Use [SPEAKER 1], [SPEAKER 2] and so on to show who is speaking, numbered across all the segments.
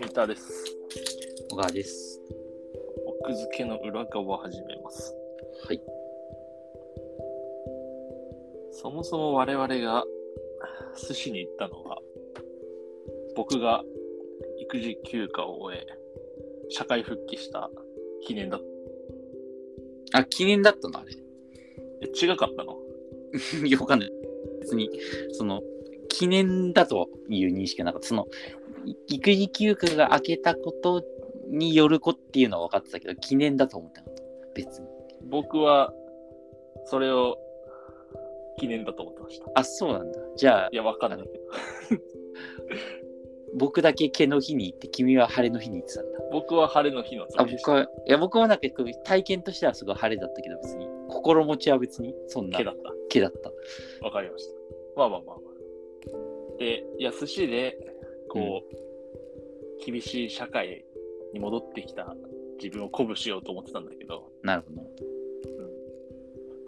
[SPEAKER 1] 三田です。
[SPEAKER 2] 小川です。
[SPEAKER 1] 奥付けの裏側始めます。
[SPEAKER 2] はい。
[SPEAKER 1] そもそも我々が寿司に行ったのは、僕が育児休暇を終え、社会復帰した記念だっ
[SPEAKER 2] あ、記念だったのあれ。
[SPEAKER 1] え違かったの
[SPEAKER 2] いや、わかんない。別に、その、記念だという認識はなかった。その、い育児休暇が明けたことによる子っていうのは分かってたけど、記念だと思ってなかった。別に。
[SPEAKER 1] 僕は、それを記念だと思ってました。
[SPEAKER 2] あ、そうなんだ。じゃあ
[SPEAKER 1] い、や、わかんないけど。
[SPEAKER 2] 僕だけ毛の日に行って、君は晴れの日に行ってたんだ。
[SPEAKER 1] 僕は晴れの日のつ
[SPEAKER 2] あ、
[SPEAKER 1] もりでし
[SPEAKER 2] 僕
[SPEAKER 1] た。
[SPEAKER 2] は、いや、僕はなんかこう、体験としてはすごい晴れだったけど、別に、心持ちは別に、そんな
[SPEAKER 1] 毛だった。
[SPEAKER 2] 毛だった。
[SPEAKER 1] わかりました。まあまあまあまあ。で、いや寿司で、こう、厳しい社会に戻ってきた自分を鼓舞しようと思ってたんだけど、
[SPEAKER 2] なるほど。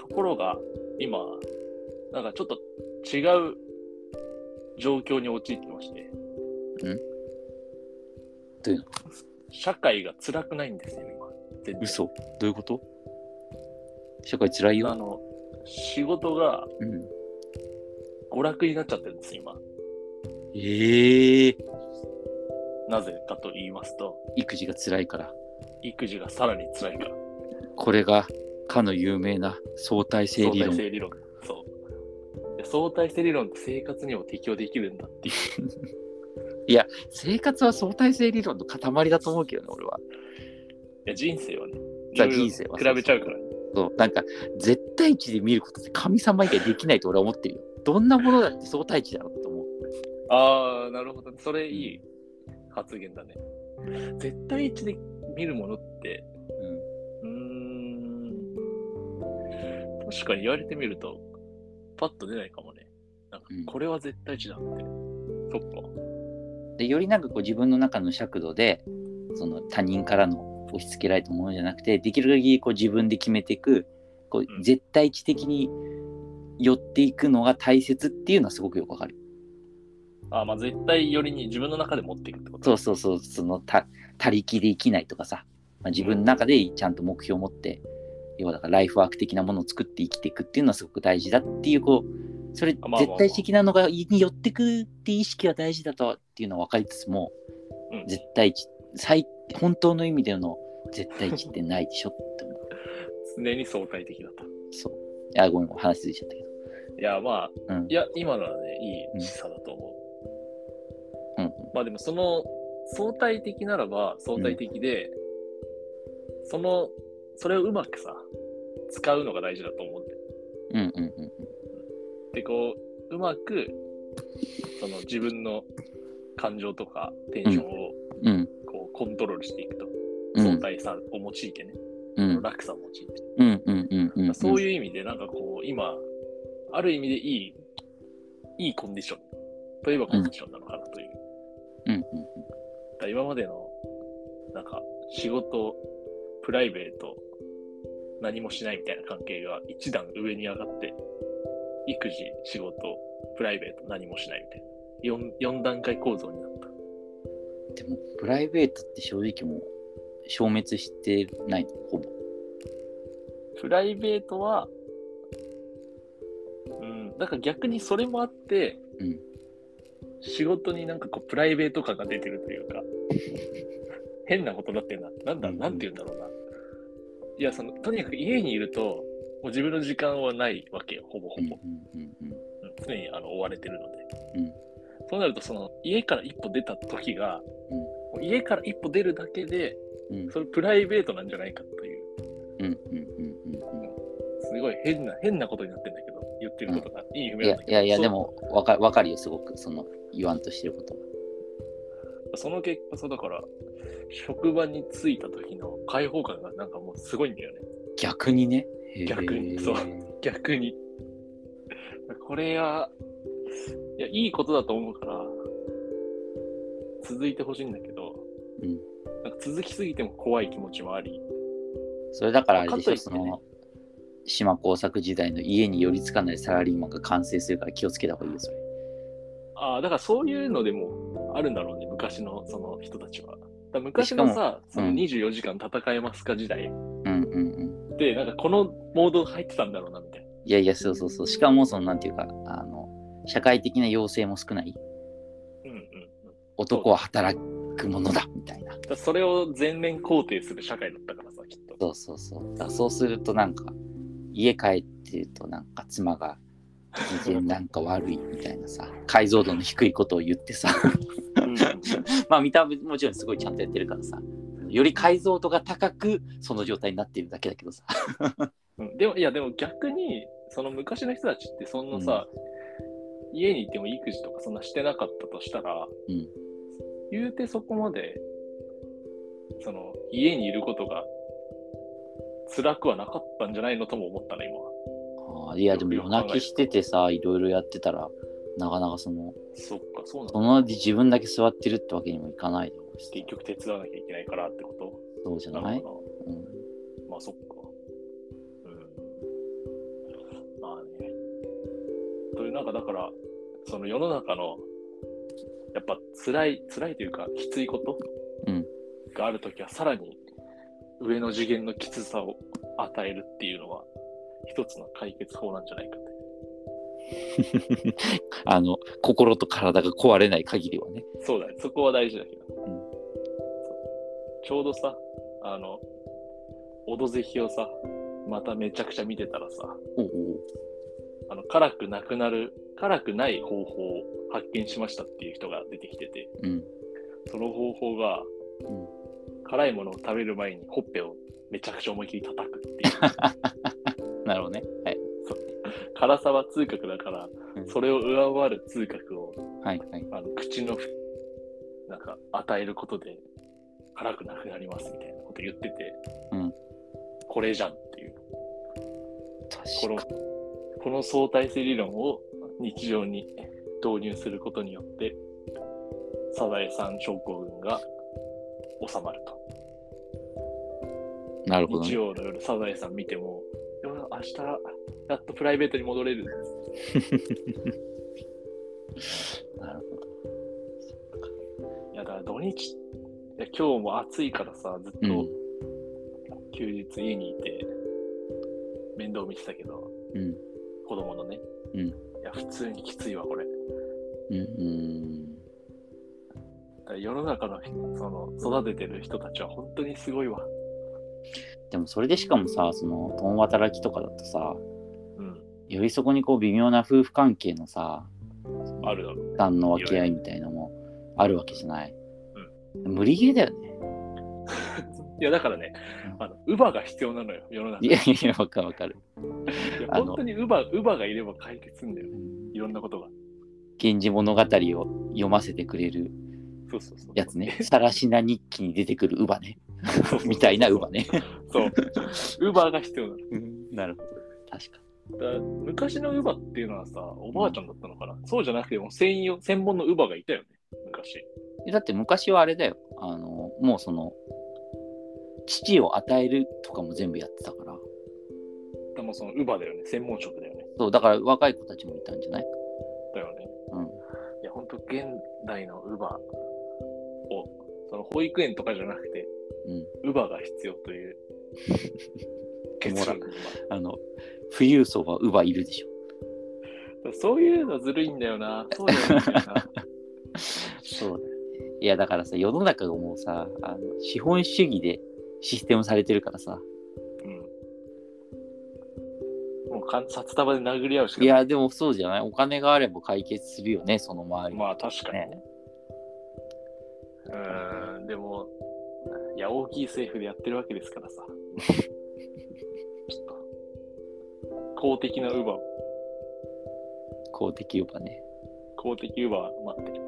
[SPEAKER 1] ところが、今、なんかちょっと違う状況に陥ってまして。
[SPEAKER 2] んどういうの
[SPEAKER 1] 社会が辛くないんですよ、今。全然
[SPEAKER 2] 嘘どういうこと社会辛い
[SPEAKER 1] あ
[SPEAKER 2] よ。
[SPEAKER 1] の、仕事が
[SPEAKER 2] うん。
[SPEAKER 1] 娯楽になっちゃってるんです、今。
[SPEAKER 2] ええ
[SPEAKER 1] なぜかと言いますと、
[SPEAKER 2] 育児が辛いから。
[SPEAKER 1] 育児がさらに辛いから。
[SPEAKER 2] これが、かの有名な相対性
[SPEAKER 1] 相
[SPEAKER 2] 理
[SPEAKER 1] 対
[SPEAKER 2] 論。
[SPEAKER 1] 性理論。そう。で相対性理論って生活にも適用できるんだっていう。
[SPEAKER 2] 生活は相対性理論の塊だと思うけどね、俺は。
[SPEAKER 1] いや、人生はね。
[SPEAKER 2] じゃあ
[SPEAKER 1] いろいろ
[SPEAKER 2] 人生は
[SPEAKER 1] 比べちゃうから。
[SPEAKER 2] そう、なんか、絶対値で見ることって神様以外できないと俺は思ってるよ。どんなものだって相対値だろうと思う。
[SPEAKER 1] ああ、なるほどね。それいい発言だね。絶対一で見るものって、うーん。確かに言われてみると、パッと出ないかもね。なんか
[SPEAKER 2] うん、
[SPEAKER 1] これは絶対値だって。そっか。
[SPEAKER 2] で、よりなんかこう自分の中の尺度で、その他人からの押し付けられたものじゃなくて、できる限りこう自分で決めていく、こ
[SPEAKER 1] うん
[SPEAKER 2] う絶対値的に寄っていくのが大切っていうのはすごくよくわかる。
[SPEAKER 1] ああ、まあ絶対よりに自分の中で持っていくってこと
[SPEAKER 2] そうそうそう、そのた、他力で生きないとかさ、まあ、自分の中でちゃんと目標を持って、要はだからライフワーク的なものを作って生きていくっていうのはすごく大事だっていう、こう、それ
[SPEAKER 1] あまあまあ
[SPEAKER 2] 絶対的なのがに寄ってくっていう意識は大事だとっていうのは分かりつつも、
[SPEAKER 1] うん
[SPEAKER 2] 絶対値、最、本当の意味での絶対値ってないでしょっ て思う。
[SPEAKER 1] 常に相対的だと。
[SPEAKER 2] そう。いや、ごめん、話続いちゃったけど。
[SPEAKER 1] いや、まあ、
[SPEAKER 2] うん
[SPEAKER 1] いや、今のはね、いい示唆だと思う。
[SPEAKER 2] うん
[SPEAKER 1] まあでも、その、相対的ならば相対的で、その、それをうまくさ、使うのが大事だと思うんで。
[SPEAKER 2] うんうんうん
[SPEAKER 1] で、こう、うまく、その自分の感情とかテンションを
[SPEAKER 2] うん。うん。
[SPEAKER 1] こうコントロールしていくと。
[SPEAKER 2] うん
[SPEAKER 1] 相対さを用いてね、
[SPEAKER 2] うん
[SPEAKER 1] 落差を用いて。
[SPEAKER 2] うんうんうんうん。
[SPEAKER 1] そう
[SPEAKER 2] いう。
[SPEAKER 1] いう意味で、なんかこう、今、ある意味でいい、いいコンディション。といえばコンディションなのかなという。
[SPEAKER 2] うんうん。
[SPEAKER 1] だから今までの、なんか、仕事、プライベート、何もしないみたいな関係が一段上に上がって、育児、仕事、プライベート、何もしないみたいな。四四段階構造になった。
[SPEAKER 2] でもプライベートって正直もう消滅してないほぼ
[SPEAKER 1] プライベートは、うん、なんか逆にそれもあって、
[SPEAKER 2] うん
[SPEAKER 1] 仕事になんかこうプライベート感が出てるというか、 変なことになってるな。なんだ、
[SPEAKER 2] うん
[SPEAKER 1] なんて言うんだろうな。いや、その、とにかく家にいると、もう自分の時間はないわけよ、ほぼほ
[SPEAKER 2] うん
[SPEAKER 1] ぼ。
[SPEAKER 2] うんうん
[SPEAKER 1] うん常にあの追われてるので。
[SPEAKER 2] うん
[SPEAKER 1] そうなると、その、家から一歩出た時が、
[SPEAKER 2] うん
[SPEAKER 1] もう家から一歩出るだけで、
[SPEAKER 2] うん
[SPEAKER 1] それプライベートなんじゃないかという。
[SPEAKER 2] うんうんうんう
[SPEAKER 1] すごい変な、変なことになってんだけど、言ってることが、いい
[SPEAKER 2] ん
[SPEAKER 1] 夢
[SPEAKER 2] い
[SPEAKER 1] な
[SPEAKER 2] や
[SPEAKER 1] んだ
[SPEAKER 2] い
[SPEAKER 1] けど。
[SPEAKER 2] やいや
[SPEAKER 1] そ
[SPEAKER 2] で。もわかわかるよすごくその言わんとしてることが
[SPEAKER 1] その結果さ、だから、職場に着いた時の解放感がなんかもうすごいんだよね。
[SPEAKER 2] 逆にねへー
[SPEAKER 1] 逆にそう逆に。 これは、いや、いいことだと思うから、続いてほしいんだけど、
[SPEAKER 2] うん
[SPEAKER 1] なんか続きすぎても怖い気持ちもあり、
[SPEAKER 2] それだからあれで
[SPEAKER 1] か
[SPEAKER 2] し
[SPEAKER 1] とい
[SPEAKER 2] ょ
[SPEAKER 1] って
[SPEAKER 2] そ
[SPEAKER 1] ね
[SPEAKER 2] の島工作時代の家に寄りつかないサラリーマンが完成するから気をつけた方がいいよ、それ。
[SPEAKER 1] ああ、だからそういうのでもあるんだろうね、昔のその人たちは。だから昔の
[SPEAKER 2] しか
[SPEAKER 1] さ、その
[SPEAKER 2] うん
[SPEAKER 1] 24時間戦えますか時代
[SPEAKER 2] うんうんうん。
[SPEAKER 1] で、なんかこのモード入ってたんだろうな、みたいな。
[SPEAKER 2] いやいや、そうそうそう。しかも、その、なんていうか、あの、社会的な要請も少ない。
[SPEAKER 1] うんうんうん。
[SPEAKER 2] 男は働くものだ、みたいな。
[SPEAKER 1] だからそれを全面肯定する社会だったからさ、きっと。
[SPEAKER 2] そうそうそう。だからそうするとなんか、家帰ってるとなんか妻が機嫌なんか悪いみたいなさ、解像度の低いことを言ってさ、 まあ見た目もちろんすごいちゃんとやってるからさ、より解像度が高くその状態になってるだけだけどさ。
[SPEAKER 1] うんでも、いや、でも逆に、その昔の人たちって、そんなさ、家にいても育児とかそんなしてなかったとしたら、
[SPEAKER 2] うん
[SPEAKER 1] 言うてそこまで、その、家にいることが辛くはなかったんじゃないのとも思ったね、今は。
[SPEAKER 2] あーいやでも夜泣きしててさ、いろいろやってたら、なかなかその、
[SPEAKER 1] そっか、そうなん
[SPEAKER 2] そ
[SPEAKER 1] だ。
[SPEAKER 2] の自分だけ座ってるってわけにもいかないだろうし
[SPEAKER 1] 結局手伝わなきゃいけないからってこ
[SPEAKER 2] そうじ
[SPEAKER 1] とな
[SPEAKER 2] ゃない
[SPEAKER 1] のかな。
[SPEAKER 2] うん
[SPEAKER 1] まあそっか。うん。まあね。という、なんかだから、その世の中の、やっぱ辛い、辛いというか、きついこと、
[SPEAKER 2] うん
[SPEAKER 1] があるときは、さらに上の次元のきつさを与えるっていうのは、一つの解決法なんじゃないかと。
[SPEAKER 2] あの、心と体が壊れない限りはね。
[SPEAKER 1] そうだね、そこは大事だけど。
[SPEAKER 2] うん
[SPEAKER 1] そうちょうどさ、あの、オドぜひをさ、まためちゃくちゃ見てたらさ、
[SPEAKER 2] おうおう
[SPEAKER 1] あの辛くなくなる、辛くない方法を発見しましたっていう人が出てきてて、
[SPEAKER 2] うん。
[SPEAKER 1] その方法が、
[SPEAKER 2] うん
[SPEAKER 1] 辛いものを食べる前にほっぺをめちゃくちゃ思いっきり叩くっていう。
[SPEAKER 2] なるほどね。はい。
[SPEAKER 1] 辛さは痛覚だから
[SPEAKER 2] う、ん
[SPEAKER 1] それを上回る痛覚を
[SPEAKER 2] はいはい。
[SPEAKER 1] あの口のふなんか与えることで辛くなくなりますみたいなこと言ってて、
[SPEAKER 2] うん
[SPEAKER 1] これじゃんっていう。こ
[SPEAKER 2] 確
[SPEAKER 1] の
[SPEAKER 2] か
[SPEAKER 1] この相対性理論を日常に導入することによってサザエさん症候群が収まると、
[SPEAKER 2] なるほど、
[SPEAKER 1] 日
[SPEAKER 2] ね。
[SPEAKER 1] 曜の夜サザエさん見てもいや明日やっとプライベートに戻れ る
[SPEAKER 2] なるほど。
[SPEAKER 1] いやだから土日いや今日も暑いからさずっ
[SPEAKER 2] うん。
[SPEAKER 1] と休日家にいて面倒見てたけど
[SPEAKER 2] うん。
[SPEAKER 1] 子供のね、
[SPEAKER 2] うん
[SPEAKER 1] いや普通にきついわこれ
[SPEAKER 2] うん。うん。
[SPEAKER 1] だから世の中のその育ててる人たちは本当にすごいわ
[SPEAKER 2] でもそれでしかもさ、その、共働きとかだとさ、
[SPEAKER 1] うん
[SPEAKER 2] よりそこにこう微妙な夫婦関係のさ、
[SPEAKER 1] あるだろう
[SPEAKER 2] 負担の分け合いみたいのもあるわけじゃない。無理ゲーだよね。
[SPEAKER 1] いやだからね、
[SPEAKER 2] うん
[SPEAKER 1] あのウバが必要なのよ、世の中。
[SPEAKER 2] い
[SPEAKER 1] い
[SPEAKER 2] や
[SPEAKER 1] や、
[SPEAKER 2] いや、わかるわかる。あの
[SPEAKER 1] 本当にウバウバがいれば解決するんだよね、いろんなことが。
[SPEAKER 2] 源氏物語を読ませてくれる
[SPEAKER 1] そうそうそう。
[SPEAKER 2] やつ ね。さらしな日記に出てくる乳母ね。みたいな乳母ね。
[SPEAKER 1] そう。ウバが必要なの。
[SPEAKER 2] なるほど。確か
[SPEAKER 1] だから昔のウバっていうのはさ、おばあちゃんだったのかな、そうじゃなくても専用、専門のウバがいたよね、昔。
[SPEAKER 2] えだって昔はあれだよ。あの、もうその、父を与えるとかも全部やってたから。
[SPEAKER 1] でもそのウバだよね、専門職だよね。
[SPEAKER 2] そう、だから若い子たちもいたんじゃない
[SPEAKER 1] だよね。
[SPEAKER 2] うん。
[SPEAKER 1] いや、本当現代のウバを、その保育園とかじゃなくて、
[SPEAKER 2] うん。
[SPEAKER 1] ウバが必要と いう結論。
[SPEAKER 2] あの、富裕層は乳母いるでしょ。
[SPEAKER 1] そういうのずるいんだよな。そうだよな。
[SPEAKER 2] そうだよね。いや、だからさ、世の中がもうさ、あの資本主義でシステムされてるからさ。
[SPEAKER 1] うん。もうかん札束で殴り合うしか
[SPEAKER 2] い
[SPEAKER 1] ない。
[SPEAKER 2] や、でもそうじゃないお金があれば解決するよね、その周り。
[SPEAKER 1] まあ確かに。
[SPEAKER 2] ね。
[SPEAKER 1] うーん、でも、いや、大きい政府でやってるわけですから さ。ちょっと、公的なウバ、
[SPEAKER 2] 公的乳母ね。
[SPEAKER 1] 公的ウバ待ってる。